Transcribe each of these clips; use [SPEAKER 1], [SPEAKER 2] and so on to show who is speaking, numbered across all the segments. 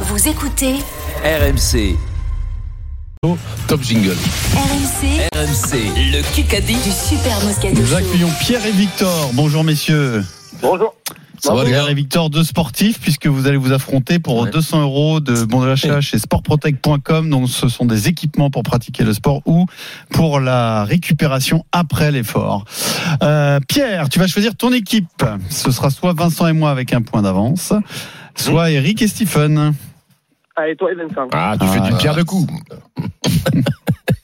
[SPEAKER 1] Vous écoutez
[SPEAKER 2] RMC,
[SPEAKER 3] Top jingle.
[SPEAKER 1] RMC,
[SPEAKER 2] RMC, le Kikadi.
[SPEAKER 1] du Super Moscato
[SPEAKER 4] Nous
[SPEAKER 1] Show.
[SPEAKER 4] accueillons Pierre et Victor. Bonjour messieurs.
[SPEAKER 5] Bonjour.
[SPEAKER 3] Ça va les gars
[SPEAKER 4] Pierre et Victor, deux sportifs, puisque vous allez vous affronter pour
[SPEAKER 3] Ouais.
[SPEAKER 4] 200 euros de bon d'achat chez sportprotect.com. Donc ce sont des équipements pour pratiquer le sport ou pour la récupération après l'effort. Euh, Pierre, tu vas choisir ton équipe. Ce sera soit Vincent et moi avec un point d'avance, soit Eric et Stephen.
[SPEAKER 5] Allez, toi et Vincent.
[SPEAKER 3] Ah, tu
[SPEAKER 4] Ah,
[SPEAKER 3] fais d'une
[SPEAKER 4] ouais.
[SPEAKER 3] pierre deux coups.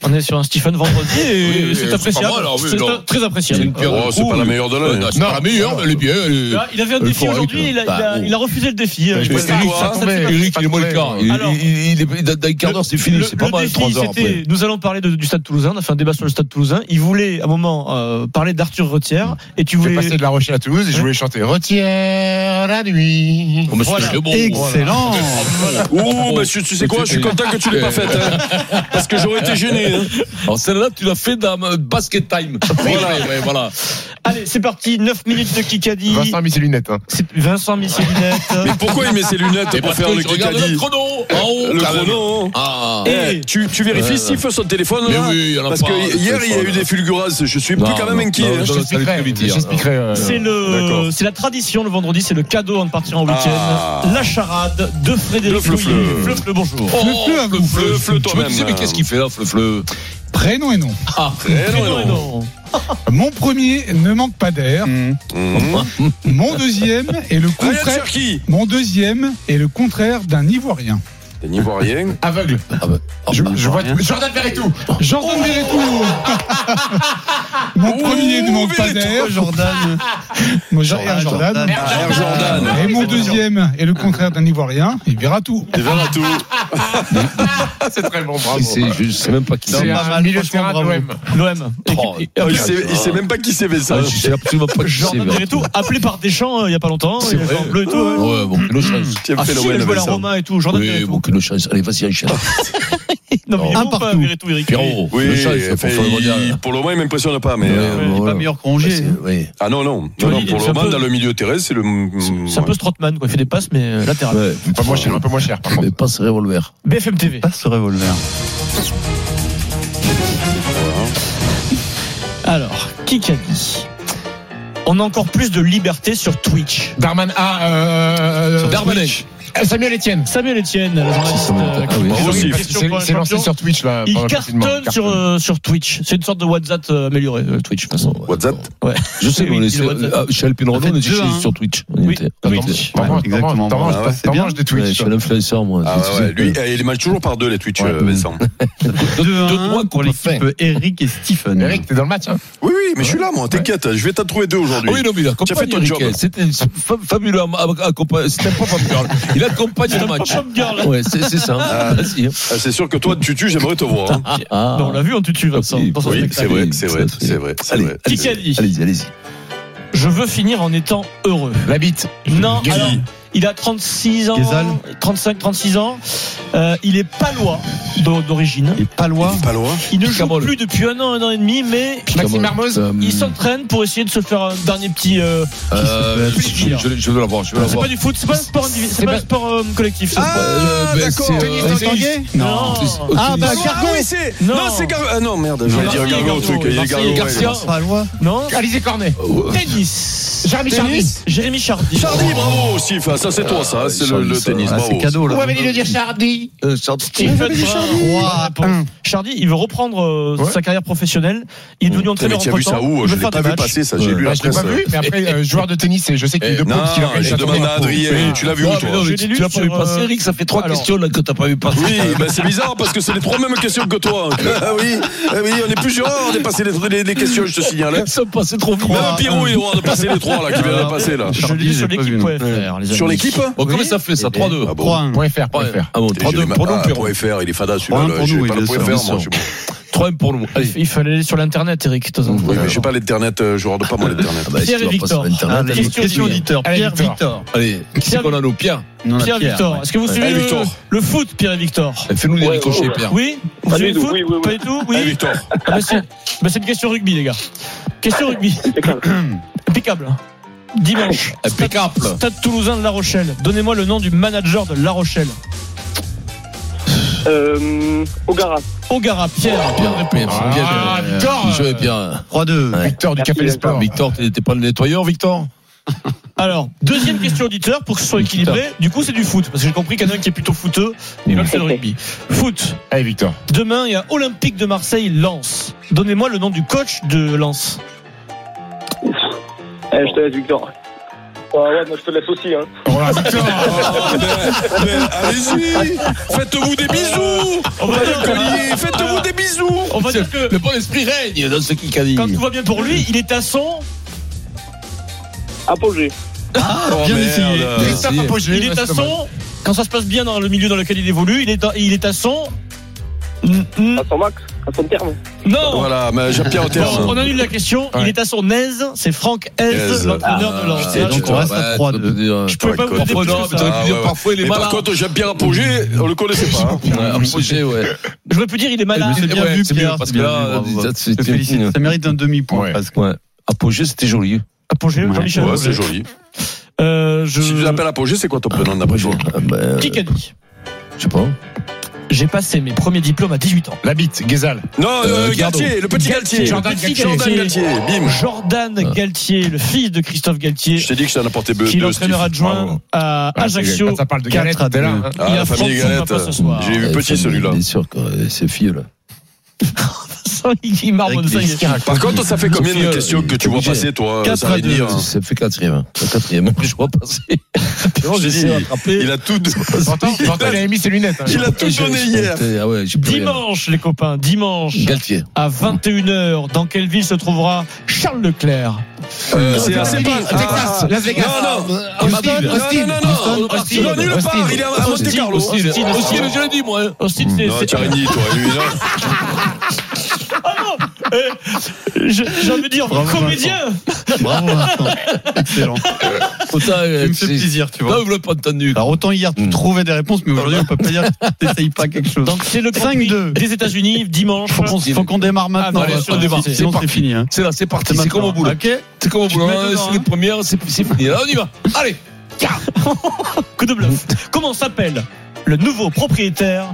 [SPEAKER 6] On est sur un Stephen vendredi et
[SPEAKER 7] Oui, oui,
[SPEAKER 6] c'est
[SPEAKER 7] c'est
[SPEAKER 6] appréciable.
[SPEAKER 7] pas mal, alors, oui,
[SPEAKER 6] c'est
[SPEAKER 7] non.
[SPEAKER 6] un- très appréciable.
[SPEAKER 3] Une pierre
[SPEAKER 7] Oh,
[SPEAKER 3] deux
[SPEAKER 7] c'est
[SPEAKER 3] coups.
[SPEAKER 7] pas la meilleure de l'année.
[SPEAKER 3] Non, c'est pas la meilleure, mais elle est bien. elle est-
[SPEAKER 6] Ah, Il avait un
[SPEAKER 3] Euh,
[SPEAKER 6] défi
[SPEAKER 3] faut
[SPEAKER 6] aujourd'hui,
[SPEAKER 3] arrêter.
[SPEAKER 6] il a, il, a,
[SPEAKER 3] Bah,
[SPEAKER 6] il a refusé le défi. Il
[SPEAKER 3] Mais
[SPEAKER 6] voulait pas
[SPEAKER 3] Eric,
[SPEAKER 6] voir,
[SPEAKER 3] ça
[SPEAKER 6] ça fait
[SPEAKER 3] fait-
[SPEAKER 6] pas-
[SPEAKER 3] Eric, hein. il est moins le quart. Il,
[SPEAKER 6] Alors,
[SPEAKER 3] il- il est dans un quart d'heure, c'est fini.
[SPEAKER 6] le-
[SPEAKER 3] C'est pas
[SPEAKER 6] le
[SPEAKER 3] mal,
[SPEAKER 6] défi,
[SPEAKER 3] trois heures
[SPEAKER 6] c'était-
[SPEAKER 3] après.
[SPEAKER 6] Nous allons parler de- du Stade Toulousain. On a fait un débat sur le Stade Toulousain. Il voulait à un moment euh, parler d'Arthur Retière et tu
[SPEAKER 8] Je vais
[SPEAKER 6] voulais.
[SPEAKER 8] passer de La Rochelle à Toulouse et je voulais chanter Retière la nuit.
[SPEAKER 3] Oh, mais
[SPEAKER 6] Voilà.
[SPEAKER 3] c'était bon.
[SPEAKER 4] Excellent.
[SPEAKER 7] Ouh, monsieur, tu sais quoi, je suis content que tu l'aies pas faite. hein. parce que j'aurais été gêné. hein.
[SPEAKER 3] Alors, celle-là, tu l'as fait dans euh, Basket Time. voilà, ouais, voilà.
[SPEAKER 6] Allez, c'est parti. 9 minutes de Kikadi.
[SPEAKER 8] Vincent a mis ses lunettes. hein.
[SPEAKER 6] C'est Vincent Missilinette.
[SPEAKER 7] Mais pourquoi il met ses lunettes pour
[SPEAKER 3] parce
[SPEAKER 7] faire
[SPEAKER 3] que
[SPEAKER 7] le
[SPEAKER 3] je regarde le
[SPEAKER 7] Kikadi
[SPEAKER 3] chrono en haut.
[SPEAKER 7] Le
[SPEAKER 3] quand même.
[SPEAKER 7] chrono. hein.
[SPEAKER 3] Ah.
[SPEAKER 7] Eh, tu, tu vérifies
[SPEAKER 3] Ouais,
[SPEAKER 7] s'il fait son téléphone
[SPEAKER 3] Mais
[SPEAKER 7] là
[SPEAKER 3] oui, il y en a
[SPEAKER 7] Parce
[SPEAKER 3] pas,
[SPEAKER 7] que
[SPEAKER 3] le
[SPEAKER 7] hier, il y a eu
[SPEAKER 3] téléphone.
[SPEAKER 7] des fulgurances. Je suis plus
[SPEAKER 3] Non,
[SPEAKER 7] quand même
[SPEAKER 3] non,
[SPEAKER 7] inquiet.
[SPEAKER 3] non,
[SPEAKER 7] hein.
[SPEAKER 3] non.
[SPEAKER 8] Je
[SPEAKER 3] ça va très
[SPEAKER 8] t'expliquerai.
[SPEAKER 3] vite dire.
[SPEAKER 8] J'expliquerai. euh,
[SPEAKER 6] C'est le,
[SPEAKER 7] D'accord.
[SPEAKER 6] c'est la tradition le vendredi, c'est le cadeau en partant en week-end.
[SPEAKER 7] Ah.
[SPEAKER 6] La charade de Frédéric
[SPEAKER 7] Le fleu-fleu.
[SPEAKER 6] Pouilly. Fleu-fleu, bonjour.
[SPEAKER 3] Oh,
[SPEAKER 4] Fleu-fleu à
[SPEAKER 3] fleu,
[SPEAKER 4] vous.
[SPEAKER 3] fleu,
[SPEAKER 7] Fleu-fleu
[SPEAKER 3] Je me
[SPEAKER 7] toi-même,
[SPEAKER 3] disais, mais
[SPEAKER 7] là.
[SPEAKER 3] qu'est-ce qu'il fait là, fleu, fleu
[SPEAKER 9] Prénom et nom.
[SPEAKER 3] Ah,
[SPEAKER 7] Eh non, eh
[SPEAKER 6] Prénom et
[SPEAKER 7] non.
[SPEAKER 6] nom.
[SPEAKER 9] Mon premier ne manque pas d'air.
[SPEAKER 4] Mmh.
[SPEAKER 7] Mhm.
[SPEAKER 9] Mon deuxième est le
[SPEAKER 7] Ryan
[SPEAKER 9] contraire.
[SPEAKER 7] Cherki.
[SPEAKER 9] Mon deuxième est le contraire d'un ivoirien.
[SPEAKER 7] T'es ni voir rien.
[SPEAKER 8] Aveugle.
[SPEAKER 3] je,
[SPEAKER 4] je vois rien.
[SPEAKER 8] Jordan Verretou.
[SPEAKER 9] Jordan Verretou. Mon premier ne manque pas d'air.
[SPEAKER 4] Toi, Jordan.
[SPEAKER 9] Mon Jordan.
[SPEAKER 4] Jordan.
[SPEAKER 9] Jordan.
[SPEAKER 4] Ah,
[SPEAKER 7] Air Jordan.
[SPEAKER 9] Et mon deuxième est le contraire d'un ivoirien. Il verra tout.
[SPEAKER 7] Des verres à tout.
[SPEAKER 8] C'est très bon, bravo.
[SPEAKER 3] je sais même pas qui
[SPEAKER 8] C'est
[SPEAKER 3] c'est.
[SPEAKER 4] pas
[SPEAKER 8] un
[SPEAKER 4] mal,
[SPEAKER 8] milieu de
[SPEAKER 4] franchement,
[SPEAKER 8] terrain de
[SPEAKER 4] bravo.
[SPEAKER 8] l'OM.
[SPEAKER 6] L'OM.
[SPEAKER 3] Oh,
[SPEAKER 6] Et- et-
[SPEAKER 7] Il
[SPEAKER 3] regarde
[SPEAKER 7] sait- il
[SPEAKER 3] ça.
[SPEAKER 7] sait même pas qui c'est
[SPEAKER 3] Ah,
[SPEAKER 7] Vincent.
[SPEAKER 3] Je sais absolument pas qui
[SPEAKER 6] Jordan
[SPEAKER 3] c'est.
[SPEAKER 6] Verretou, appelé par Deschamps euh, il n'y a pas longtemps,
[SPEAKER 3] C'est
[SPEAKER 6] il est
[SPEAKER 3] vrai.
[SPEAKER 6] en bleu et tout. euh, ouais.
[SPEAKER 3] Ouais, bon, quelle chance.
[SPEAKER 7] Quel
[SPEAKER 6] Ah, si, il a
[SPEAKER 7] phénomène,
[SPEAKER 6] joué à la
[SPEAKER 7] Vincent.
[SPEAKER 6] Roma et tout, Jordan
[SPEAKER 3] Oui,
[SPEAKER 6] Verretou.
[SPEAKER 3] bon, quelle chance. Allez, vas-y, enchaîne. Oh,
[SPEAKER 6] Non, mais il est
[SPEAKER 4] Un
[SPEAKER 6] bon ou pas,
[SPEAKER 4] partout.
[SPEAKER 6] Verretou, Eric
[SPEAKER 3] Pierrot,
[SPEAKER 7] Oui,
[SPEAKER 3] le chat, il
[SPEAKER 7] enfin,
[SPEAKER 3] fait pour
[SPEAKER 7] il-
[SPEAKER 3] le mondial.
[SPEAKER 7] pour le moment, il m'impressionne pas. Mais,
[SPEAKER 3] Ouais,
[SPEAKER 7] euh,
[SPEAKER 3] bon,
[SPEAKER 4] Il est pas
[SPEAKER 3] voilà.
[SPEAKER 4] meilleur qu'on
[SPEAKER 3] Ouais,
[SPEAKER 4] Gier.
[SPEAKER 3] c'est- oui.
[SPEAKER 7] Ah non, non.
[SPEAKER 6] Tu vois,
[SPEAKER 7] non, non
[SPEAKER 6] il-
[SPEAKER 7] pour le
[SPEAKER 6] c'est un
[SPEAKER 7] moment,
[SPEAKER 6] peu-
[SPEAKER 7] dans le milieu de terrain, c'est le.
[SPEAKER 6] C'est un peu Strottmann, quoi. il fait des passes, mais euh, latéral.
[SPEAKER 3] Ouais,
[SPEAKER 8] Un peu moins cher, un peu moins cher, par contre.
[SPEAKER 3] mais pas ce revolver.
[SPEAKER 6] BFM TV.
[SPEAKER 4] Pas ce revolver.
[SPEAKER 6] Alors, qui qu'a dit On a encore plus de liberté sur Twitch.
[SPEAKER 8] Darman A. euh,
[SPEAKER 3] Darmanin.
[SPEAKER 8] Euh, Samuel Etienne.
[SPEAKER 6] Samuel Etienne, le journaliste,
[SPEAKER 3] Samuel
[SPEAKER 6] euh,
[SPEAKER 3] Etienne.
[SPEAKER 6] qui
[SPEAKER 3] Ah
[SPEAKER 6] pose
[SPEAKER 3] oui.
[SPEAKER 7] Bravo,
[SPEAKER 6] une
[SPEAKER 7] aussi.
[SPEAKER 8] Il
[SPEAKER 6] question pour un
[SPEAKER 8] s'est lancé
[SPEAKER 6] champion.
[SPEAKER 8] sur Twitch là.
[SPEAKER 6] Il
[SPEAKER 8] pendant le confinement.
[SPEAKER 6] cartonne sur, euh, sur Twitch. C'est une sorte de WhatsApp euh, amélioré, euh, Twitch, de toute façon.
[SPEAKER 7] WhatsApp.
[SPEAKER 6] Ouais.
[SPEAKER 3] Je sais,
[SPEAKER 6] Oui,
[SPEAKER 3] on
[SPEAKER 6] il
[SPEAKER 3] est
[SPEAKER 6] le voit, ça.
[SPEAKER 3] ah, chez Alpine Renault, on
[SPEAKER 4] fait
[SPEAKER 3] était
[SPEAKER 4] deux,
[SPEAKER 3] chez-
[SPEAKER 4] hein.
[SPEAKER 3] sur Twitch. On
[SPEAKER 6] Oui,
[SPEAKER 3] était-
[SPEAKER 6] oui.
[SPEAKER 3] on était-
[SPEAKER 8] T'en manges, t'en manges,
[SPEAKER 4] Exactement.
[SPEAKER 8] t'en manges,
[SPEAKER 4] Ah ouais, c'est
[SPEAKER 8] t'en
[SPEAKER 4] bien.
[SPEAKER 8] manges des
[SPEAKER 3] Ouais, je
[SPEAKER 8] Twitch.
[SPEAKER 3] suis
[SPEAKER 8] toi.
[SPEAKER 3] un influenceur, moi.
[SPEAKER 7] Ah
[SPEAKER 3] Je
[SPEAKER 7] ouais,
[SPEAKER 3] sais
[SPEAKER 7] ouais,
[SPEAKER 3] que-
[SPEAKER 7] lui, eh, il mange toujours par deux, les Twitch, euh, Vincent.
[SPEAKER 3] deux
[SPEAKER 4] 2-1
[SPEAKER 3] points
[SPEAKER 4] pour
[SPEAKER 3] pour la fin.
[SPEAKER 4] l'équipe euh, Eric et Stephen.
[SPEAKER 8] Eric, t'es dans le match. hein.
[SPEAKER 7] Oui, oui, mais je suis là, moi, t'inquiète, je vais t'en trouver deux
[SPEAKER 3] Ah
[SPEAKER 7] aujourd'hui.
[SPEAKER 3] Oui, non, mais il
[SPEAKER 7] Tu as fait
[SPEAKER 3] accompagne
[SPEAKER 7] ton
[SPEAKER 3] Eric.
[SPEAKER 7] job.
[SPEAKER 3] C'était fa- fabuleux. à- à- accompagn- C'était pas fabuleux. Il accompagne le match.
[SPEAKER 6] Pop girl.
[SPEAKER 3] Ouais, c'est c'est ça. Vas-y.
[SPEAKER 7] Ah, c'est sûr que toi, Tutu, j'aimerais te voir. hein.
[SPEAKER 3] Ah.
[SPEAKER 6] Bah, on l'a vu en tutu, Vincent,
[SPEAKER 3] Oui,
[SPEAKER 6] dans son
[SPEAKER 3] oui,
[SPEAKER 7] Oui,
[SPEAKER 6] spectacle.
[SPEAKER 7] c'est vrai, c'est vrai, c'est vrai. c'est
[SPEAKER 3] Allez,
[SPEAKER 7] vrai.
[SPEAKER 6] Qui qu'a dit
[SPEAKER 3] Allez-y, allez-y.
[SPEAKER 6] Je veux finir en étant heureux.
[SPEAKER 8] La bite.
[SPEAKER 6] Non,
[SPEAKER 7] Guézy.
[SPEAKER 6] alors, il a 36 ans,
[SPEAKER 4] Guézal.
[SPEAKER 6] 35, 36 ans. Euh, il est palois d'o- d'origine.
[SPEAKER 4] Et Palois.
[SPEAKER 7] Pas loin.
[SPEAKER 6] Il ne joue
[SPEAKER 3] Picamole.
[SPEAKER 6] plus depuis un an, un an et demi, mais
[SPEAKER 8] Maxime Mermoz.
[SPEAKER 3] Euh,
[SPEAKER 6] il s'entraîne pour essayer de se faire un dernier petit. euh,
[SPEAKER 3] euh,
[SPEAKER 6] qui se fait
[SPEAKER 3] je, je veux la voir, je veux la
[SPEAKER 6] c'est
[SPEAKER 3] voir.
[SPEAKER 6] pas du foot, c'est pas un sport individuel, c'est pas un sport euh, collectif. ça.
[SPEAKER 7] Bah, euh,
[SPEAKER 3] Ah, d'accord.
[SPEAKER 6] Non.
[SPEAKER 4] Ah, bah,
[SPEAKER 7] Gargo, oui, c'est.
[SPEAKER 6] Non.
[SPEAKER 7] Non, c'est Gargo. Ah non, merde, je vais
[SPEAKER 6] Non,
[SPEAKER 7] dire
[SPEAKER 6] il est
[SPEAKER 7] Gargo, le truc.
[SPEAKER 6] Gargo,
[SPEAKER 7] Il est
[SPEAKER 6] Marseille,
[SPEAKER 7] Gargo. ouais,
[SPEAKER 3] Garcia.
[SPEAKER 7] il
[SPEAKER 4] Palois.
[SPEAKER 6] Non,
[SPEAKER 8] Alizé Cornet.
[SPEAKER 6] tennis.
[SPEAKER 8] Jérémy
[SPEAKER 7] Tennis.
[SPEAKER 8] Chardy.
[SPEAKER 6] Jérémy Chardy.
[SPEAKER 7] est- Chardy, bravo, Steve. Ah, Ça, c'est toi, ça. C'est le, le
[SPEAKER 3] Chardy, ça,
[SPEAKER 7] tennis,
[SPEAKER 4] Ah, c'est
[SPEAKER 7] bravo.
[SPEAKER 4] cadeau là.
[SPEAKER 8] Vous m'avez dit de dire Chardy.
[SPEAKER 3] Euh, Charles-
[SPEAKER 6] Stephen Brun.
[SPEAKER 4] Trois,
[SPEAKER 6] Bonne réponse. Chardy, il veut reprendre euh,
[SPEAKER 8] Ouais.
[SPEAKER 6] sa carrière professionnelle. Il est devenu
[SPEAKER 7] Putain, Mais
[SPEAKER 6] entraîneur
[SPEAKER 7] tu as
[SPEAKER 6] entre
[SPEAKER 7] vu ça
[SPEAKER 6] temps.
[SPEAKER 7] où
[SPEAKER 6] Il
[SPEAKER 7] Je
[SPEAKER 6] veut
[SPEAKER 7] l'ai
[SPEAKER 6] faire
[SPEAKER 7] pas
[SPEAKER 6] des
[SPEAKER 7] vu
[SPEAKER 6] matchs.
[SPEAKER 7] passer, ça. J'ai
[SPEAKER 3] Ouais.
[SPEAKER 7] lu
[SPEAKER 8] Bah,
[SPEAKER 7] la
[SPEAKER 8] je l'ai
[SPEAKER 7] presse.
[SPEAKER 8] pas vu, mais après, euh, joueur de tennis, et je sais qu'il est
[SPEAKER 7] Eh,
[SPEAKER 8] de
[SPEAKER 7] Non,
[SPEAKER 8] Pau, qu'il a- il
[SPEAKER 7] je
[SPEAKER 8] a tourné
[SPEAKER 7] demande à
[SPEAKER 8] en Pau.
[SPEAKER 7] Adrien. Tu l'as vu où,
[SPEAKER 3] Non, mais
[SPEAKER 7] toi
[SPEAKER 3] non, mais
[SPEAKER 6] Je
[SPEAKER 3] tu
[SPEAKER 6] l'ai
[SPEAKER 3] tu l'as
[SPEAKER 6] lu
[SPEAKER 3] pas vu
[SPEAKER 6] sur,
[SPEAKER 3] passer,
[SPEAKER 6] euh,
[SPEAKER 3] Eric, ça fait trois
[SPEAKER 6] alors.
[SPEAKER 3] questions là que t'as pas vu passer.
[SPEAKER 7] Oui, ben c'est bizarre parce que c'est les trois mêmes questions que toi. Ah oui, ah oui, on est plusieurs, on est passé les, les- les questions, je te signale. hein.
[SPEAKER 3] Ça passait trop vite.
[SPEAKER 7] Même Pierrot, il est droit de passer les trois là, qui vient de passer là.
[SPEAKER 6] Je
[SPEAKER 4] Chardy,
[SPEAKER 6] l'ai lu
[SPEAKER 4] j'ai
[SPEAKER 6] sur
[SPEAKER 4] pas vu,
[SPEAKER 6] l'équipe.fr.
[SPEAKER 4] non.
[SPEAKER 6] les amis.
[SPEAKER 7] Sur l'équipe hein.
[SPEAKER 3] Bon, comment ça fait ça 3-2.
[SPEAKER 7] Ah bon.
[SPEAKER 4] 3-1.
[SPEAKER 8] Point FR, point
[SPEAKER 3] Ouais.
[SPEAKER 8] FR.
[SPEAKER 3] Ah bon,
[SPEAKER 7] Putain, j'ai
[SPEAKER 3] 3-2
[SPEAKER 7] même-
[SPEAKER 3] pour nous,
[SPEAKER 7] ah,
[SPEAKER 3] Pierrot.
[SPEAKER 7] point FR, il est fada
[SPEAKER 4] Point
[SPEAKER 7] celui-là.
[SPEAKER 4] pour
[SPEAKER 7] Je
[SPEAKER 4] nous,
[SPEAKER 7] n'ai pas
[SPEAKER 4] il
[SPEAKER 7] le
[SPEAKER 4] est
[SPEAKER 7] point
[SPEAKER 4] sûr,
[SPEAKER 7] FR,
[SPEAKER 3] bien
[SPEAKER 7] moi.
[SPEAKER 3] sûr.
[SPEAKER 7] je suis bon.
[SPEAKER 3] 3-1 pour nous. Allez.
[SPEAKER 6] Il fallait aller sur l'internet, Eric. de toute façon.
[SPEAKER 7] Oui, mais je n'ai pas l'internet, euh, joueur de pas moi l'internet.
[SPEAKER 3] Ah bah, si
[SPEAKER 6] Pierre
[SPEAKER 3] tu
[SPEAKER 6] et
[SPEAKER 3] vas pas sur
[SPEAKER 6] Victor.
[SPEAKER 3] Internet,
[SPEAKER 4] Allez,
[SPEAKER 3] allez.
[SPEAKER 6] Question
[SPEAKER 4] question
[SPEAKER 6] d'hier.
[SPEAKER 4] auditeur.
[SPEAKER 8] Allez,
[SPEAKER 4] Pierre
[SPEAKER 8] Victor.
[SPEAKER 4] Victor.
[SPEAKER 3] Allez, qui c'est
[SPEAKER 6] Pierre-
[SPEAKER 3] qu'on a nous Pierre
[SPEAKER 4] Non, la
[SPEAKER 6] Pierre Victor, est-ce que vous suivez
[SPEAKER 7] Eh,
[SPEAKER 6] le,
[SPEAKER 7] Victor.
[SPEAKER 6] le foot, Pierre et Victor
[SPEAKER 3] Fais-nous des
[SPEAKER 7] Ouais,
[SPEAKER 3] ricochets,
[SPEAKER 7] ouais,
[SPEAKER 3] Pierre.
[SPEAKER 6] Oui Vous
[SPEAKER 5] Pas
[SPEAKER 6] suivez
[SPEAKER 5] du
[SPEAKER 6] le
[SPEAKER 5] tout,
[SPEAKER 6] foot
[SPEAKER 5] oui, oui, oui.
[SPEAKER 6] Pas du tout
[SPEAKER 7] Eh,
[SPEAKER 6] Oui
[SPEAKER 7] Victor,
[SPEAKER 6] Ah bah c'est bah c'est une question rugby, les gars. Question rugby. Impeccable. Dimanche,
[SPEAKER 3] Impeccable.
[SPEAKER 6] Stade Toulousain de La Rochelle. Donnez-moi le nom du manager de La Rochelle.
[SPEAKER 5] Euh, Ogara.
[SPEAKER 6] Ogara, Pierre.
[SPEAKER 3] Bien répété. bien
[SPEAKER 8] Ah,
[SPEAKER 3] joué.
[SPEAKER 8] Victor.
[SPEAKER 3] Bien joué, bien.
[SPEAKER 4] 3-2.
[SPEAKER 3] Ouais.
[SPEAKER 8] Victor du Café des Sports.
[SPEAKER 3] Victor, t'étais pas le nettoyeur, Victor
[SPEAKER 6] Alors, deuxième question auditeur pour que ce soit équilibré. Du coup, c'est du foot. Parce que j'ai compris qu'il y en a un qui est plutôt footeux et l'autre, c'est le rugby. Foot.
[SPEAKER 8] Allez, Victor.
[SPEAKER 6] Demain, il y a Olympique de Marseille, Lens. Donnez-moi le nom du coach de Lens.
[SPEAKER 5] Eh, je te laisse, Victor. Ouais, ouais, moi je te laisse aussi. Hein.
[SPEAKER 7] Ah, mais- mais Allez-y Faites-vous des bisous
[SPEAKER 6] On va dire, Oh,
[SPEAKER 7] Collier, Faites-vous des bisous
[SPEAKER 6] on va dire que
[SPEAKER 3] Le bon esprit règne dans ce Kikadi.
[SPEAKER 6] quand tout va bien pour lui, il est à son.
[SPEAKER 5] Apogée.
[SPEAKER 7] Oh,
[SPEAKER 4] bien
[SPEAKER 3] merde.
[SPEAKER 4] essayé.
[SPEAKER 8] Christophe
[SPEAKER 3] Merci.
[SPEAKER 8] Apogée.
[SPEAKER 6] Il est à
[SPEAKER 8] C'est dommage.
[SPEAKER 6] son. Quand ça se passe bien dans le milieu dans lequel il évolue, il est à, il est à son. Mm, mm.
[SPEAKER 5] À son max, à son terme.
[SPEAKER 6] Non
[SPEAKER 7] Voilà, mais j'aime bien au
[SPEAKER 6] Bon,
[SPEAKER 7] terme.
[SPEAKER 6] Oh, on annule la question. Il
[SPEAKER 8] Ouais.
[SPEAKER 6] est à son aise. C'est Franck Aise,
[SPEAKER 7] Aise. Ah,
[SPEAKER 6] l'entraîneur de Lens.
[SPEAKER 4] putain, donc on reste à 3-2.
[SPEAKER 6] Ah, Je pouvais pas vous aider
[SPEAKER 3] Parfois,
[SPEAKER 6] plus
[SPEAKER 3] non,
[SPEAKER 6] que
[SPEAKER 3] mais
[SPEAKER 6] ça.
[SPEAKER 3] t'aurais pu
[SPEAKER 7] Ah,
[SPEAKER 3] dire,
[SPEAKER 7] ouais.
[SPEAKER 3] parfois, il est
[SPEAKER 7] Et par
[SPEAKER 3] malade.
[SPEAKER 7] contre, Jean-Pierre Apogée, on le connaissait pas. hein.
[SPEAKER 3] Ouais, un projet, ouais.
[SPEAKER 6] J'aurais pu dire il est
[SPEAKER 4] Eh ben,
[SPEAKER 6] malade.
[SPEAKER 4] C'est bien
[SPEAKER 3] Ouais,
[SPEAKER 4] vu,
[SPEAKER 3] c'est
[SPEAKER 4] Pierre.
[SPEAKER 3] mieux, parce
[SPEAKER 4] c'est bien
[SPEAKER 3] que là,
[SPEAKER 4] vu, bravo.
[SPEAKER 3] ça,
[SPEAKER 4] Je
[SPEAKER 3] c'est-
[SPEAKER 4] te félicite. Ça mérite un demi-point,
[SPEAKER 8] Ouais.
[SPEAKER 4] presque.
[SPEAKER 3] Apogée, c'était joli.
[SPEAKER 6] Apogée, Jean-Michel.
[SPEAKER 7] Ouais, c'est joli.
[SPEAKER 6] Euh, je...
[SPEAKER 7] Si tu l'appelles euh, Apogée, c'est quoi ton prénom d'après toi
[SPEAKER 3] Ah, ben,
[SPEAKER 6] Qui qu'a dit
[SPEAKER 3] Je sais pas.
[SPEAKER 6] J'ai passé mes premiers diplômes à 18 ans.
[SPEAKER 8] La bite, Guézal.
[SPEAKER 7] Non, euh,
[SPEAKER 3] Euh,
[SPEAKER 7] Galtier, le petit Galtier.
[SPEAKER 8] Jordan
[SPEAKER 6] Petit
[SPEAKER 8] Galtier.
[SPEAKER 7] Jordan Galtier, bim.
[SPEAKER 6] Jordan Galtier, le fils de Christophe Galtier,
[SPEAKER 7] Je t'ai dit que je t'en apportais deux.
[SPEAKER 6] qui est
[SPEAKER 7] deux,
[SPEAKER 6] l'entraîneur
[SPEAKER 7] Steve.
[SPEAKER 6] adjoint
[SPEAKER 8] Bravo.
[SPEAKER 6] à
[SPEAKER 8] Ah, c'est-
[SPEAKER 6] Ajaccio.
[SPEAKER 8] Quand ça parle de
[SPEAKER 4] Quatre
[SPEAKER 8] galette,
[SPEAKER 4] à
[SPEAKER 8] t'es là.
[SPEAKER 4] deux.
[SPEAKER 8] hein.
[SPEAKER 7] Ah,
[SPEAKER 6] Il y a
[SPEAKER 7] la famille
[SPEAKER 6] Franck
[SPEAKER 7] Galette.
[SPEAKER 6] Fournier, pas ce soir.
[SPEAKER 7] J'ai vu
[SPEAKER 3] Ouais,
[SPEAKER 7] petit
[SPEAKER 3] ça,
[SPEAKER 7] celui-là.
[SPEAKER 3] Bien sûr, quoi, c'est fieux, là.
[SPEAKER 6] Il marmonne ça. il est-
[SPEAKER 7] Par contre, ça fait combien
[SPEAKER 3] Sophie,
[SPEAKER 7] de
[SPEAKER 3] euh,
[SPEAKER 7] questions que tu vois
[SPEAKER 3] obligé.
[SPEAKER 7] passer, toi
[SPEAKER 3] Quatre
[SPEAKER 7] ça
[SPEAKER 3] à
[SPEAKER 7] veut
[SPEAKER 3] deux.
[SPEAKER 7] dire.
[SPEAKER 3] Ça fait quatrième. hein. La quatrième, je vois passer.
[SPEAKER 7] Je
[SPEAKER 3] J'essaie
[SPEAKER 7] dis,
[SPEAKER 3] d'attraper.
[SPEAKER 7] Il a tout
[SPEAKER 8] T'entends T'entends, il a mis ses lunettes. hein.
[SPEAKER 7] il a tout
[SPEAKER 3] Je-
[SPEAKER 7] donné
[SPEAKER 3] je-
[SPEAKER 7] hier.
[SPEAKER 3] Ah ouais, j'ai plus rien.
[SPEAKER 6] Dimanche, les copains, dimanche
[SPEAKER 3] Galtier.
[SPEAKER 6] à 21h, dans quelle ville se trouvera Charles Leclerc
[SPEAKER 7] Euh, C'est assez
[SPEAKER 8] Miami,
[SPEAKER 7] pas.
[SPEAKER 8] Texas,
[SPEAKER 7] Ah,
[SPEAKER 8] Las Vegas.
[SPEAKER 7] Non, non.
[SPEAKER 8] Austin, Austin.
[SPEAKER 7] Non, non, non.
[SPEAKER 6] Euh, Austin,
[SPEAKER 7] Il annule
[SPEAKER 8] Austin,
[SPEAKER 7] pas. Ah, Il est à Monte Carlo.
[SPEAKER 6] Austin,
[SPEAKER 3] Aussi,
[SPEAKER 6] Austin,
[SPEAKER 3] le je l'ai dit, moi. hein.
[SPEAKER 6] Austin, c'est-
[SPEAKER 7] Non,
[SPEAKER 6] c'est-
[SPEAKER 7] tu as rien dit, toi. Lui, non.
[SPEAKER 6] Je- J'ai envie de dire
[SPEAKER 4] Bravo,
[SPEAKER 6] comédien
[SPEAKER 4] Bravo, Vincent. Excellent.
[SPEAKER 3] Autant, euh,
[SPEAKER 4] Tu me fais
[SPEAKER 3] c'est-
[SPEAKER 4] plaisir, tu vois. Ah,
[SPEAKER 3] Non, vous l'avez pas entendu.
[SPEAKER 4] Alors, autant hier, tu
[SPEAKER 3] Mm.
[SPEAKER 4] trouvais des réponses, mais aujourd'hui, on peut pas dire que t'essayes pas quelque chose.
[SPEAKER 6] Donc c'est le Grand
[SPEAKER 4] 5-2.
[SPEAKER 6] Prix des États-Unis dimanche.
[SPEAKER 4] Faut qu'on faut qu'on démarre maintenant.
[SPEAKER 6] Ah, bien sûr,
[SPEAKER 4] on démarre.
[SPEAKER 6] c'est- c'est
[SPEAKER 4] Sinon, c'est
[SPEAKER 3] parti.
[SPEAKER 4] fini. hein.
[SPEAKER 3] C'est là, c'est parti, c'est
[SPEAKER 4] maintenant. hein.
[SPEAKER 3] comme au boulot.
[SPEAKER 4] Ok.
[SPEAKER 3] C'est comme au boulot.
[SPEAKER 6] mets dedans,
[SPEAKER 3] C'est les
[SPEAKER 6] hein.
[SPEAKER 3] premières, c'est c'est fini. Là, on y va. Allez.
[SPEAKER 6] Coup de bluff. Comment s'appelle le nouveau propriétaire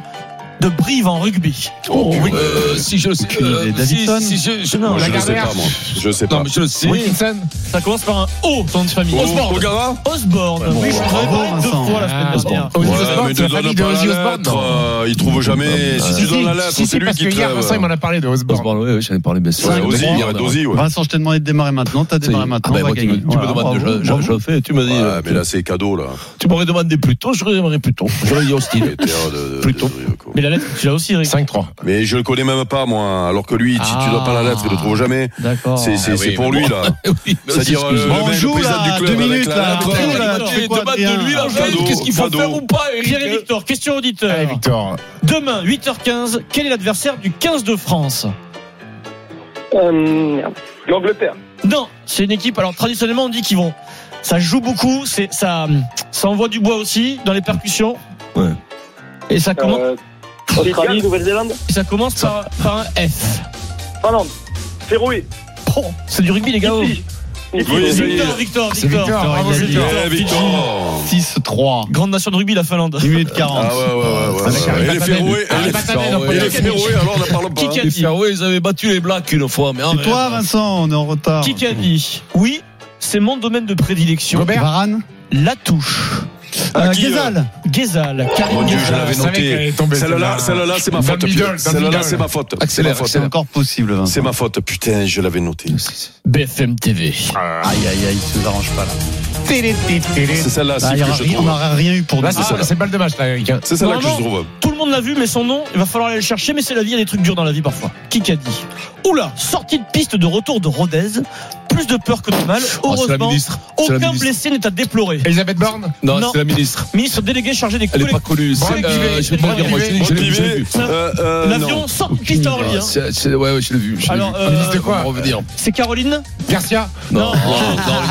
[SPEAKER 6] de Brive en rugby
[SPEAKER 3] Euh, si je le sais.
[SPEAKER 4] Aucune
[SPEAKER 3] euh,
[SPEAKER 4] idée.
[SPEAKER 3] si-
[SPEAKER 4] Davidson
[SPEAKER 3] si je- je-
[SPEAKER 7] Moi,
[SPEAKER 3] Non,
[SPEAKER 7] Je le sais
[SPEAKER 8] Lagardère.
[SPEAKER 7] pas, moi. Je sais
[SPEAKER 3] non,
[SPEAKER 7] pas.
[SPEAKER 3] mais je le sais.
[SPEAKER 8] Wilkinson.
[SPEAKER 6] Ça commence par un O, son nom de famille.
[SPEAKER 7] Au-
[SPEAKER 6] Osborne.
[SPEAKER 7] Ogara
[SPEAKER 6] Osborne. oui, je vous avais
[SPEAKER 4] bravo,
[SPEAKER 6] parlé deux
[SPEAKER 4] Vincent.
[SPEAKER 6] fois la semaine dernière.
[SPEAKER 8] Ah, Ozzy
[SPEAKER 7] Ouais,
[SPEAKER 8] Osbourne,
[SPEAKER 7] mais
[SPEAKER 8] c'est
[SPEAKER 7] ne
[SPEAKER 8] la
[SPEAKER 7] donne
[SPEAKER 8] famille de
[SPEAKER 7] pas
[SPEAKER 8] Ozzy
[SPEAKER 7] la
[SPEAKER 8] Osbourne.
[SPEAKER 7] lettre, euh, il trouve jamais. Si tu donnes la lettre,
[SPEAKER 8] Si,
[SPEAKER 7] c'est
[SPEAKER 8] si,
[SPEAKER 7] lui
[SPEAKER 8] parce
[SPEAKER 7] qui
[SPEAKER 8] que
[SPEAKER 7] te
[SPEAKER 8] hier, Vincent, il m'en a parlé de Osborne.
[SPEAKER 3] Osborne, oui, oui, j'en ai parlé, bien sûr.
[SPEAKER 7] Ouais, Ozzy, il y
[SPEAKER 3] Osborne,
[SPEAKER 7] avait Ozzy, ouais.
[SPEAKER 4] Vincent, je t'ai demandé de démarrer maintenant. T'as
[SPEAKER 3] Ça y est.
[SPEAKER 4] démarré maintenant.
[SPEAKER 3] Ah,
[SPEAKER 4] on va
[SPEAKER 3] bah, moi, tu me-
[SPEAKER 4] gagner.
[SPEAKER 3] tu me
[SPEAKER 4] Voilà,
[SPEAKER 3] demandes,
[SPEAKER 4] bravo,
[SPEAKER 3] je- je
[SPEAKER 4] bravo.
[SPEAKER 3] je le fais, tu m'as dit.
[SPEAKER 7] Ouais,
[SPEAKER 3] euh,
[SPEAKER 7] mais là, c'est cadeau, là.
[SPEAKER 3] Tu m'aurais demandé plus tôt, j'aurais demandé plus tôt. J'aurais dit hostile.
[SPEAKER 7] Terre de- de-
[SPEAKER 3] Plutôt.
[SPEAKER 7] de- de- quoi.
[SPEAKER 6] Mais la lettre, tu l'as aussi, Eric.
[SPEAKER 8] 5-3.
[SPEAKER 7] Mais je le connais même pas, moi. Alors que lui, si tu dois pas la lettre, il le trouve jamais.
[SPEAKER 6] D'accord.
[SPEAKER 7] C'est c'est-
[SPEAKER 3] Ah
[SPEAKER 7] c'est
[SPEAKER 3] oui,
[SPEAKER 7] pour
[SPEAKER 3] mais
[SPEAKER 7] lui, là.
[SPEAKER 3] Oui, mais
[SPEAKER 7] C'est-à-dire,
[SPEAKER 3] excuse-moi.
[SPEAKER 7] euh, le
[SPEAKER 4] Bon,
[SPEAKER 7] mec,
[SPEAKER 4] joue,
[SPEAKER 7] le président
[SPEAKER 4] là,
[SPEAKER 7] du club
[SPEAKER 4] deux
[SPEAKER 7] avec
[SPEAKER 4] minutes,
[SPEAKER 7] la
[SPEAKER 4] là,
[SPEAKER 7] lettre.
[SPEAKER 4] deux minutes. là,
[SPEAKER 3] Tu
[SPEAKER 4] tu fais quoi,
[SPEAKER 3] demandes
[SPEAKER 4] Adrien
[SPEAKER 3] de lui, là,
[SPEAKER 7] Cadeau,
[SPEAKER 3] qu'est-ce qu'il faut
[SPEAKER 7] cadeau.
[SPEAKER 3] faire ou pas, Eric
[SPEAKER 6] Pierre et Victor, question
[SPEAKER 7] Ah.
[SPEAKER 8] Allez,
[SPEAKER 6] auditeur.
[SPEAKER 8] Eh, Victor.
[SPEAKER 6] Demain, 8h15, quel est l'adversaire du 15 de France
[SPEAKER 5] Euh, merde. L'Angleterre.
[SPEAKER 6] Non, c'est une équipe. Alors traditionnellement, on dit qu'ils vont. Ça joue beaucoup, c'est ça, ça envoie du bois aussi dans les percussions.
[SPEAKER 3] Ouais.
[SPEAKER 6] Et ça commence,
[SPEAKER 5] Euh, Australie, Nouvelle-Zélande.
[SPEAKER 6] et ça commence par, par un F.
[SPEAKER 5] Finlande. Féroé.
[SPEAKER 6] Oh, c'est du rugby les gars.
[SPEAKER 5] Fidji.
[SPEAKER 7] Oui, ça y est.
[SPEAKER 6] Victor, Victor,
[SPEAKER 8] C'est
[SPEAKER 6] Victor,
[SPEAKER 8] Victor,
[SPEAKER 4] Victor,
[SPEAKER 8] bravo,
[SPEAKER 4] il a
[SPEAKER 8] Victor.
[SPEAKER 7] Eh, Victor
[SPEAKER 4] 6-3.
[SPEAKER 6] Grande nation de rugby, la Finlande.
[SPEAKER 4] 10 minutes 40.
[SPEAKER 7] Ah ouais, ouais, ouais,
[SPEAKER 8] Avec
[SPEAKER 7] ouais.
[SPEAKER 8] Harry
[SPEAKER 7] ouais. Et
[SPEAKER 8] Batanel.
[SPEAKER 7] les Féroé, et
[SPEAKER 3] Ah,
[SPEAKER 8] Harry
[SPEAKER 7] les-
[SPEAKER 8] Batanel,
[SPEAKER 3] Victor,
[SPEAKER 8] on
[SPEAKER 7] et
[SPEAKER 8] peut
[SPEAKER 7] les
[SPEAKER 8] le dire.
[SPEAKER 7] Féroé, alors on n'en parle pas.
[SPEAKER 6] Qui
[SPEAKER 7] hein.
[SPEAKER 6] qu'a
[SPEAKER 3] Les
[SPEAKER 6] dit
[SPEAKER 3] Ferroé, ils avaient battu les Blacks une fois, mais en
[SPEAKER 4] C'est
[SPEAKER 3] rêve.
[SPEAKER 4] toi, Vincent, on est en retard.
[SPEAKER 6] Qui qu'a dit Oui, c'est mon domaine de prédilection.
[SPEAKER 8] Gobert.
[SPEAKER 4] Varane
[SPEAKER 6] La touche.
[SPEAKER 7] À
[SPEAKER 4] Euh,
[SPEAKER 7] qui, euh,
[SPEAKER 4] Ghezal.
[SPEAKER 6] Ghezal, Karim
[SPEAKER 7] Mon Dieu, je
[SPEAKER 6] Ghezal.
[SPEAKER 7] l'avais
[SPEAKER 8] Je savais qu'elle
[SPEAKER 7] noté.
[SPEAKER 8] allait tomber, celle-là.
[SPEAKER 7] Celle-là, celle-là, c'est ma
[SPEAKER 8] Dans
[SPEAKER 7] faute.
[SPEAKER 8] le middle,
[SPEAKER 7] putain.
[SPEAKER 8] dans le
[SPEAKER 7] Celle-là,
[SPEAKER 8] middle.
[SPEAKER 7] c'est ma faute.
[SPEAKER 3] Accélère,
[SPEAKER 4] C'est
[SPEAKER 3] accélère.
[SPEAKER 4] encore possible, Vincent.
[SPEAKER 7] C'est ma faute. Putain, je l'avais noté.
[SPEAKER 6] BFM TV.
[SPEAKER 4] Aïe, aïe, aïe, ça nous arrange pas là.
[SPEAKER 8] Télé, télé, télé.
[SPEAKER 7] C'est celle-là,
[SPEAKER 4] Ah,
[SPEAKER 7] c'est
[SPEAKER 4] il y
[SPEAKER 7] que
[SPEAKER 4] aura
[SPEAKER 7] je
[SPEAKER 4] rien- on
[SPEAKER 7] trouve.
[SPEAKER 4] n'aura rien eu pour nous.
[SPEAKER 8] Là, c'est
[SPEAKER 7] Ah,
[SPEAKER 8] ça, c'est balle de match, là, Eric. hein.
[SPEAKER 7] C'est celle-là que je
[SPEAKER 6] Normalement,
[SPEAKER 7] trouve.
[SPEAKER 6] Tout le monde l'a vu, mais son nom, il va falloir aller le chercher. Mais c'est la vie, il y a des trucs durs dans la vie parfois. Qui qu'a dit Oula, sortie de piste de retour de Rodez. Plus de peur que de mal.
[SPEAKER 3] Oh, c'est la
[SPEAKER 6] Heureusement,
[SPEAKER 3] ministre. C'est la
[SPEAKER 6] aucun
[SPEAKER 3] ministre.
[SPEAKER 6] blessé n'est à déplorer.
[SPEAKER 8] Elisabeth Borne
[SPEAKER 3] Non,
[SPEAKER 6] Non.
[SPEAKER 3] c'est la ministre.
[SPEAKER 6] Ministre délégué chargé des
[SPEAKER 3] Elle est
[SPEAKER 6] collectivités.
[SPEAKER 3] pas connue.
[SPEAKER 8] Bon,
[SPEAKER 3] C'est, euh,
[SPEAKER 8] Pivet,
[SPEAKER 3] Je vais pas
[SPEAKER 8] bon,
[SPEAKER 3] dire moi,
[SPEAKER 8] Pivet,
[SPEAKER 3] je l'ai- je l'ai vu, je l'ai
[SPEAKER 7] Motivé.
[SPEAKER 3] vu.
[SPEAKER 7] Euh, euh, non.
[SPEAKER 6] L'avion sort de piste à Orly,
[SPEAKER 3] Ah,
[SPEAKER 6] hein.
[SPEAKER 3] c'est- c'est- Ouais, ouais, je l'ai vu. je l'ai
[SPEAKER 6] Alors,
[SPEAKER 3] vu.
[SPEAKER 6] euh,
[SPEAKER 3] Ministre
[SPEAKER 8] de quoi
[SPEAKER 3] On va revenir.
[SPEAKER 6] C'est Caroline
[SPEAKER 8] Garcia
[SPEAKER 3] Non, non, non,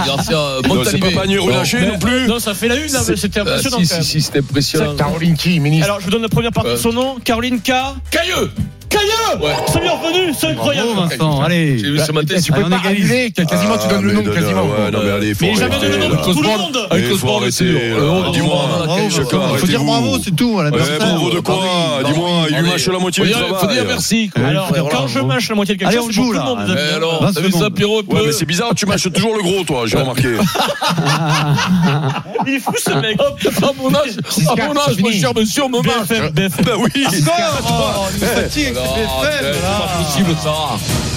[SPEAKER 3] Garcia, euh,
[SPEAKER 7] Non, c'est pas
[SPEAKER 3] Montalivet.
[SPEAKER 7] Bagné
[SPEAKER 3] Non.
[SPEAKER 7] relâché non plus.
[SPEAKER 6] Non, ça fait la une, là, mais c'était
[SPEAKER 3] Euh,
[SPEAKER 6] impressionnant
[SPEAKER 3] Si,
[SPEAKER 6] quand
[SPEAKER 3] si,
[SPEAKER 6] même.
[SPEAKER 3] si, c'était impressionnant.
[SPEAKER 8] Caroline qui, ministre
[SPEAKER 6] Alors, je vous donne la première partie de son nom. Caroline K.
[SPEAKER 3] Cailleux
[SPEAKER 6] Cailleux
[SPEAKER 3] Ouais.
[SPEAKER 6] C'est bien revenu, c'est incroyable
[SPEAKER 4] Bravo Vincent, allez.
[SPEAKER 3] J'ai vu ce matin, tu
[SPEAKER 8] Tu
[SPEAKER 3] peux
[SPEAKER 8] peux
[SPEAKER 4] on
[SPEAKER 8] pas
[SPEAKER 4] égalise.
[SPEAKER 8] annuler, t'as quasiment, tu
[SPEAKER 7] Ah,
[SPEAKER 8] donnes le
[SPEAKER 7] mais
[SPEAKER 8] nom,
[SPEAKER 7] de- de-
[SPEAKER 8] quasiment.
[SPEAKER 7] ouais, non, mais allez, faut
[SPEAKER 6] Mais j'avais
[SPEAKER 7] arrêter,
[SPEAKER 6] donné le nom
[SPEAKER 7] là.
[SPEAKER 6] de tout le monde
[SPEAKER 3] Avec
[SPEAKER 7] Eh,
[SPEAKER 3] le
[SPEAKER 7] faut
[SPEAKER 3] sport, mais
[SPEAKER 7] arrêter,
[SPEAKER 3] c'est dur.
[SPEAKER 7] là.
[SPEAKER 3] Le haut,
[SPEAKER 7] Dis-moi.
[SPEAKER 3] on a
[SPEAKER 4] Bravo,
[SPEAKER 3] quel-
[SPEAKER 7] chacun,
[SPEAKER 4] Vincent. Oh, faut
[SPEAKER 7] arrêtez-vous.
[SPEAKER 4] dire bravo, c'est tout. à
[SPEAKER 7] Eh,
[SPEAKER 4] l'adversaire.
[SPEAKER 7] bravo de
[SPEAKER 4] Ah
[SPEAKER 7] quoi
[SPEAKER 4] oui,
[SPEAKER 7] Dis-moi, il
[SPEAKER 3] Allez.
[SPEAKER 7] mâche la moitié
[SPEAKER 3] Faut
[SPEAKER 7] du
[SPEAKER 3] dire-
[SPEAKER 7] travail.
[SPEAKER 3] Faut dire merci. quoi.
[SPEAKER 6] Alors,
[SPEAKER 4] frère,
[SPEAKER 6] quand
[SPEAKER 4] bravo.
[SPEAKER 6] je mâche la moitié de quelque
[SPEAKER 4] Allez,
[SPEAKER 6] chose,
[SPEAKER 4] on
[SPEAKER 6] je
[SPEAKER 4] joue,
[SPEAKER 6] joue tout
[SPEAKER 4] là.
[SPEAKER 6] le monde.
[SPEAKER 4] Ouais,
[SPEAKER 3] Eh, alors,
[SPEAKER 4] 20
[SPEAKER 3] t'as vu ça,
[SPEAKER 4] secondes.
[SPEAKER 3] Pierrot un
[SPEAKER 7] Ouais,
[SPEAKER 3] peu
[SPEAKER 7] mais c'est bizarre, tu mâches toujours le gros, toi, j'ai remarqué.
[SPEAKER 6] Il est fou ce mec. Hop,
[SPEAKER 3] À mon âge, à
[SPEAKER 8] Giscard,
[SPEAKER 3] mon
[SPEAKER 8] c'est
[SPEAKER 3] âge, mon
[SPEAKER 8] fini.
[SPEAKER 3] cher monsieur, on me marche.
[SPEAKER 6] BFM, BFM.
[SPEAKER 7] Ben oui
[SPEAKER 4] Oh, on nous fatigue,
[SPEAKER 3] Non,
[SPEAKER 4] c'est
[SPEAKER 3] c'est
[SPEAKER 4] faible, là.
[SPEAKER 3] pas possible, ça.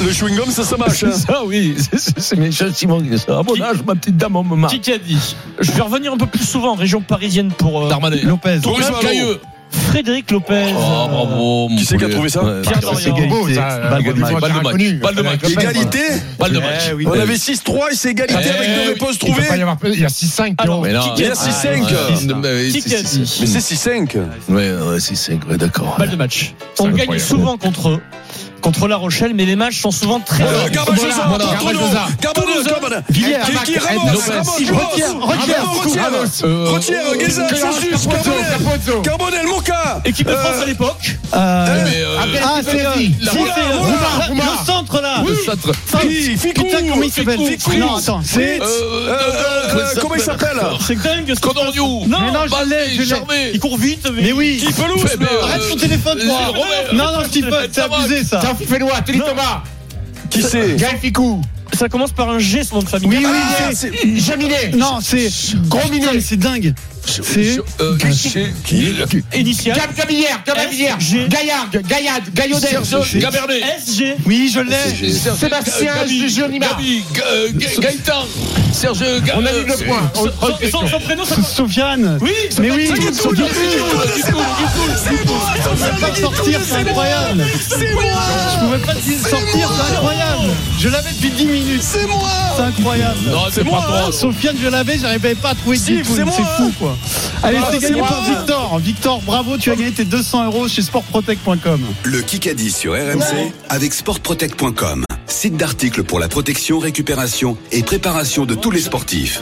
[SPEAKER 7] Le chewing-gum, ça, ça mâche. hein.
[SPEAKER 3] C'est ça, oui. C'est- c'est- C'est mes chers Simon. qui disent ça. À mon
[SPEAKER 6] Qui-
[SPEAKER 3] âge, ma petite dame, on me marche.
[SPEAKER 6] Qui qu'a dit Je vais revenir un peu plus souvent en région parisienne pour euh,
[SPEAKER 3] Darmanin.
[SPEAKER 4] Lopez.
[SPEAKER 7] Boris Vallaud.
[SPEAKER 3] Cailleux.
[SPEAKER 6] Frédéric Lopez.
[SPEAKER 3] Oh, bravo. mon
[SPEAKER 7] Qui c'est qui a
[SPEAKER 3] poulet.
[SPEAKER 7] trouvé ça
[SPEAKER 3] Ouais.
[SPEAKER 6] Pierre
[SPEAKER 4] C'est
[SPEAKER 6] Dorian.
[SPEAKER 8] beau,
[SPEAKER 4] égalité.
[SPEAKER 8] ça, euh,
[SPEAKER 4] Balle
[SPEAKER 8] il y a
[SPEAKER 4] de
[SPEAKER 8] des
[SPEAKER 4] match.
[SPEAKER 8] fois
[SPEAKER 3] Balle de
[SPEAKER 8] qu'on a
[SPEAKER 3] match.
[SPEAKER 8] connu.
[SPEAKER 3] Balle de match.
[SPEAKER 8] Avec-
[SPEAKER 7] Égalité
[SPEAKER 3] Balle de
[SPEAKER 4] Eh
[SPEAKER 3] match.
[SPEAKER 4] oui.
[SPEAKER 7] On avait 6-3 et c'est égalité
[SPEAKER 3] Eh
[SPEAKER 7] avec
[SPEAKER 3] oui.
[SPEAKER 7] deux réponses
[SPEAKER 8] Il peut
[SPEAKER 7] trouvées.
[SPEAKER 8] pas y avoir- Il y a 6-5.
[SPEAKER 6] Alors,
[SPEAKER 3] Mais non,
[SPEAKER 7] Il y a 6-5.
[SPEAKER 6] Qui qu'a dit
[SPEAKER 7] Mais c'est 6-5.
[SPEAKER 3] Ouais, ouais, c'est cinq, ouais, d'accord.
[SPEAKER 6] Balle de match. On gagne
[SPEAKER 8] incroyable.
[SPEAKER 6] souvent contre eux, contre La Rochelle, mais les matchs sont souvent très.
[SPEAKER 7] Euh, Garbajosa,
[SPEAKER 8] Voilà,
[SPEAKER 7] Tortono,
[SPEAKER 8] Garbajosa.
[SPEAKER 7] Garbajosa, Garbajosa.
[SPEAKER 4] Villiers.
[SPEAKER 7] Kiki,
[SPEAKER 8] Mac,
[SPEAKER 7] Ramos,
[SPEAKER 8] Lopez.
[SPEAKER 7] Ramos,
[SPEAKER 4] Retière,
[SPEAKER 7] Ramos,
[SPEAKER 4] retière,
[SPEAKER 8] Ah,
[SPEAKER 7] Ramos,
[SPEAKER 4] Coupe,
[SPEAKER 7] retière.
[SPEAKER 3] Euh,
[SPEAKER 7] Retière, Guézin, Sansus, Carbonel,
[SPEAKER 8] Capozzo.
[SPEAKER 7] Carbonel, Moka.
[SPEAKER 6] Équipe de France
[SPEAKER 7] Euh,
[SPEAKER 6] à l'époque.
[SPEAKER 4] Euh,
[SPEAKER 3] mais, euh,
[SPEAKER 4] Ah, c'est
[SPEAKER 8] Abdelaziz.
[SPEAKER 4] Si, c'est-
[SPEAKER 7] Roulard,
[SPEAKER 4] Roulard, Roulard.
[SPEAKER 6] Le centre là
[SPEAKER 3] le centre.
[SPEAKER 7] Fi- Euh, Ficou,
[SPEAKER 4] Putain, comment il s'appelle
[SPEAKER 7] Ficou,
[SPEAKER 4] Non, attends, c'est.
[SPEAKER 7] Fritz,
[SPEAKER 3] Euh,
[SPEAKER 7] euh, euh, Comment il s'appelle
[SPEAKER 6] C'est dingue ce
[SPEAKER 3] Codorniou.
[SPEAKER 6] Non,
[SPEAKER 4] Mais non, je l'ai, je
[SPEAKER 3] Basté,
[SPEAKER 4] l'ai.
[SPEAKER 3] Charmé.
[SPEAKER 6] Il court vite, mais.
[SPEAKER 4] Mais oui.
[SPEAKER 7] Qui pelouse
[SPEAKER 3] Fait, mais,
[SPEAKER 7] là
[SPEAKER 4] Arrête ton téléphone,
[SPEAKER 3] euh,
[SPEAKER 4] toi.
[SPEAKER 3] Robert.
[SPEAKER 4] Non, non, je dis pas, c'est abusé, ça.
[SPEAKER 8] Tiens, Fifenois, Télé Thomas,
[SPEAKER 7] Qui c'est
[SPEAKER 8] Gaël Ficou,
[SPEAKER 6] Ça commence par un G, son nom de famille.
[SPEAKER 4] Oui, oui,
[SPEAKER 7] Ah,
[SPEAKER 4] c'est-
[SPEAKER 7] c'est-
[SPEAKER 8] Jaminet.
[SPEAKER 4] Non, c'est.
[SPEAKER 8] Gros
[SPEAKER 4] Putain, mais
[SPEAKER 8] minet.
[SPEAKER 4] c'est dingue. C'est.
[SPEAKER 3] Euh, chez-
[SPEAKER 6] Initial.
[SPEAKER 8] Gab Gabillère, Gab Gabillère,
[SPEAKER 6] G.
[SPEAKER 8] Gaillard, Gaillard, Gaillaudet,
[SPEAKER 3] Serge Gabernet.
[SPEAKER 6] SG.
[SPEAKER 4] Oui, je l'ai.
[SPEAKER 3] Serge-
[SPEAKER 8] Sébastien
[SPEAKER 3] Gabi-
[SPEAKER 8] Jujolima.
[SPEAKER 3] Gabi, Ga- euh, Ga- Gaëtan. Serge Ga-
[SPEAKER 8] On a eu deux
[SPEAKER 3] c'est-
[SPEAKER 8] points.
[SPEAKER 6] Son, son- son- son prénom, ça
[SPEAKER 4] So- Sofiane.
[SPEAKER 6] Oui,
[SPEAKER 4] Mais oui,
[SPEAKER 7] du tout,
[SPEAKER 4] Sofiane.
[SPEAKER 7] du C'est
[SPEAKER 4] Je pouvais pas te sortir, c'est incroyable.
[SPEAKER 7] C'est moi
[SPEAKER 4] Je pouvais pas te sortir, c'est incroyable. Je l'avais depuis 10 minutes,
[SPEAKER 7] C'est moi
[SPEAKER 4] c'est incroyable.
[SPEAKER 3] Non, c'est hein. pas toi.
[SPEAKER 4] Sofiane, je l'avais, j'arrivais pas à trouver
[SPEAKER 7] Oh, Si,
[SPEAKER 4] du tout.
[SPEAKER 7] c'est moi,
[SPEAKER 4] C'est fou,
[SPEAKER 7] hein.
[SPEAKER 4] quoi. Allez,
[SPEAKER 7] Ah,
[SPEAKER 4] c'est
[SPEAKER 7] c'est
[SPEAKER 4] gagné
[SPEAKER 7] moi.
[SPEAKER 4] par Victor. Victor, bravo, tu as gagné tes 200 euros chez sportprotect.com.
[SPEAKER 10] Le Kikadi sur RMC avec sportprotect.com. Site d'articles pour la protection, récupération et préparation de tous les sportifs.